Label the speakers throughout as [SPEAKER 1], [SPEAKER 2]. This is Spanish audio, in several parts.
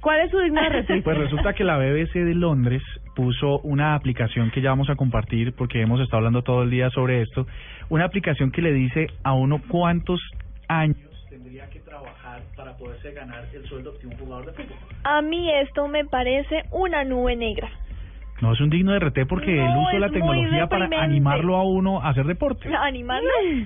[SPEAKER 1] ¿Cuál es su digno de recibo?
[SPEAKER 2] Pues resulta que la BBC de Londres puso una aplicación que ya vamos a compartir porque hemos estado hablando todo el día sobre esto, una aplicación que le dice a uno cuántos años tendría que trabajar para poderse ganar el sueldo de un jugador de fútbol.
[SPEAKER 1] A mí esto me parece una nube negra.
[SPEAKER 2] No es un digno de RT porque
[SPEAKER 1] No,
[SPEAKER 2] él
[SPEAKER 1] es
[SPEAKER 2] usa la
[SPEAKER 1] muy
[SPEAKER 2] tecnología para
[SPEAKER 1] deprimente.
[SPEAKER 2] animarlo a uno a hacer deporte.
[SPEAKER 1] ¿Animarlo?
[SPEAKER 3] Mm.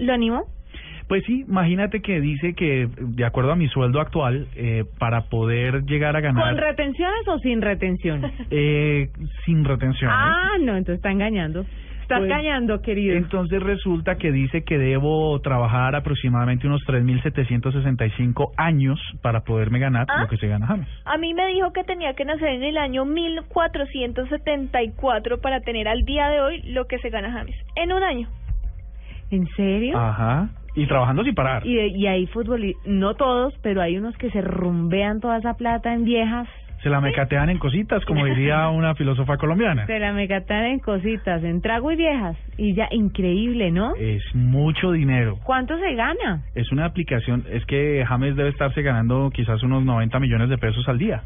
[SPEAKER 1] ¿Lo animo?
[SPEAKER 2] Pues sí, imagínate que dice que de acuerdo a mi sueldo actual, eh, para poder llegar a
[SPEAKER 3] ¿Con
[SPEAKER 2] ganar
[SPEAKER 3] retenciones o sin retenciones?
[SPEAKER 2] eh, sin retenciones.
[SPEAKER 3] ah, no, entonces está engañando. Está
[SPEAKER 2] Pues,
[SPEAKER 3] engañando, querido.
[SPEAKER 2] Entonces resulta que dice que debo trabajar aproximadamente unos 3.765 años para poderme ganar
[SPEAKER 1] ¿Ah?
[SPEAKER 2] lo que se gana James.
[SPEAKER 1] A mí me dijo que tenía que nacer en el año 1474 para tener al día de hoy lo que se gana James. En un año.
[SPEAKER 3] ¿En serio?
[SPEAKER 2] Ajá. Y trabajando sin parar.
[SPEAKER 3] Y, y hay fútbol, no todos, pero hay unos que se rumbean toda esa plata en viejas.
[SPEAKER 2] Se la mecatean en cositas, como diría una filósofa colombiana.
[SPEAKER 3] Se la megatan en cositas, en trago y viejas. Y ya, increíble, ¿no?
[SPEAKER 2] Es mucho dinero.
[SPEAKER 3] ¿Cuánto se gana?
[SPEAKER 2] Es una aplicación, es que James debe estarse ganando quizás unos 90 millones de pesos al día.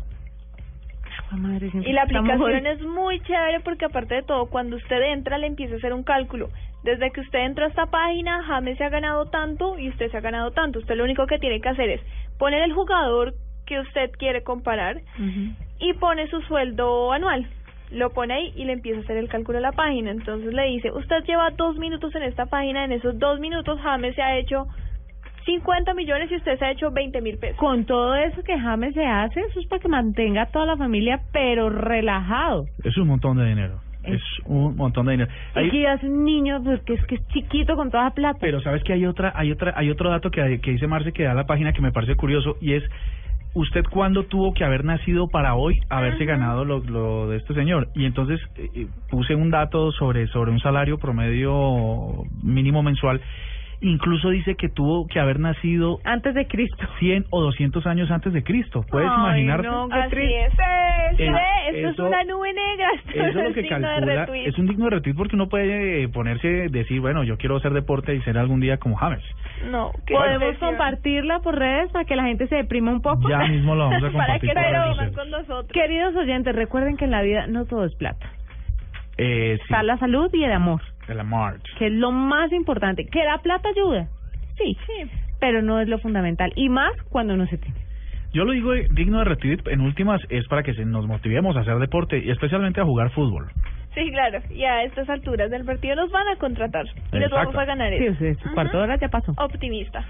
[SPEAKER 3] Ay, madre, siempre
[SPEAKER 1] Y la
[SPEAKER 3] Mm, estamos
[SPEAKER 1] aplicación
[SPEAKER 3] hoy.
[SPEAKER 1] es muy chévere porque aparte de todo, cuando usted entra le empieza a hacer un cálculo. Desde que usted entra a esta página, James se ha ganado tanto y usted se ha ganado tanto. Usted lo único que tiene que hacer es poner el jugador que usted quiere comparar
[SPEAKER 3] Ujú.
[SPEAKER 1] y pone su sueldo anual. Lo pone ahí y le empieza a hacer el cálculo a la página. Entonces le dice, usted lleva dos minutos en esta página, en esos dos minutos James se ha hecho 50 millones y usted se ha hecho 20 mil pesos.
[SPEAKER 3] Con todo eso que James se hace, eso es para que mantenga a toda la familia, pero relajado.
[SPEAKER 2] Es un montón de dinero. Es un montón de dinero. Hay-
[SPEAKER 3] Y que hace un niño, porque es que es chiquito con toda la plata.
[SPEAKER 2] Pero sabes que hay otra, hay otra, hay otro dato que, que dice Marce que da la página que me parece curioso y es usted cuándo tuvo que haber nacido para hoy haberse ganado lo, lo de este señor y entonces eh, eh, puse un dato sobre sobre un salario promedio mínimo mensual incluso dice que tuvo que haber nacido
[SPEAKER 3] Antes de Cristo.
[SPEAKER 2] 100 o 200 años antes de Cristo puedes
[SPEAKER 3] Ay,
[SPEAKER 2] imaginarte
[SPEAKER 3] no, qué
[SPEAKER 1] Así
[SPEAKER 3] triste.
[SPEAKER 1] es. es,
[SPEAKER 2] Eh,
[SPEAKER 1] ve, esto
[SPEAKER 2] eso-
[SPEAKER 1] es una nube negra. Esto
[SPEAKER 2] Eso es lo
[SPEAKER 1] el
[SPEAKER 2] que
[SPEAKER 1] signo de
[SPEAKER 2] calcula,
[SPEAKER 1] retweet.
[SPEAKER 2] es un digno de retweet porque uno puede eh, ponerse, decir, bueno, yo quiero hacer deporte y ser algún día como James.
[SPEAKER 1] No, que
[SPEAKER 3] ¿Podemos compartirla por redes para que la gente se deprima un poco?
[SPEAKER 2] Ya mismo lo vamos a
[SPEAKER 1] Para que
[SPEAKER 2] compartir. por redes
[SPEAKER 1] pero
[SPEAKER 2] sociales.
[SPEAKER 1] con nosotros.
[SPEAKER 3] Queridos oyentes, recuerden que en la vida no todo es plata.
[SPEAKER 2] Eh, sí,
[SPEAKER 3] Está la salud y el amor,
[SPEAKER 2] de la March.
[SPEAKER 3] que es lo más importante. Que la plata ayuda, sí,
[SPEAKER 1] Sí.
[SPEAKER 3] pero no es lo fundamental. Y más cuando no se tiene.
[SPEAKER 2] Yo lo digo de- digno de retweet, en últimas es para que se- nos motivemos a hacer deporte y especialmente a jugar fútbol.
[SPEAKER 1] Sí, claro. Y a estas alturas del partido nos van a contratar. Y les
[SPEAKER 2] Exacto.
[SPEAKER 1] vamos a ganar
[SPEAKER 3] Sí,
[SPEAKER 1] eso.
[SPEAKER 3] o sea, su cuarto de hora ya pasó.
[SPEAKER 1] Optimista.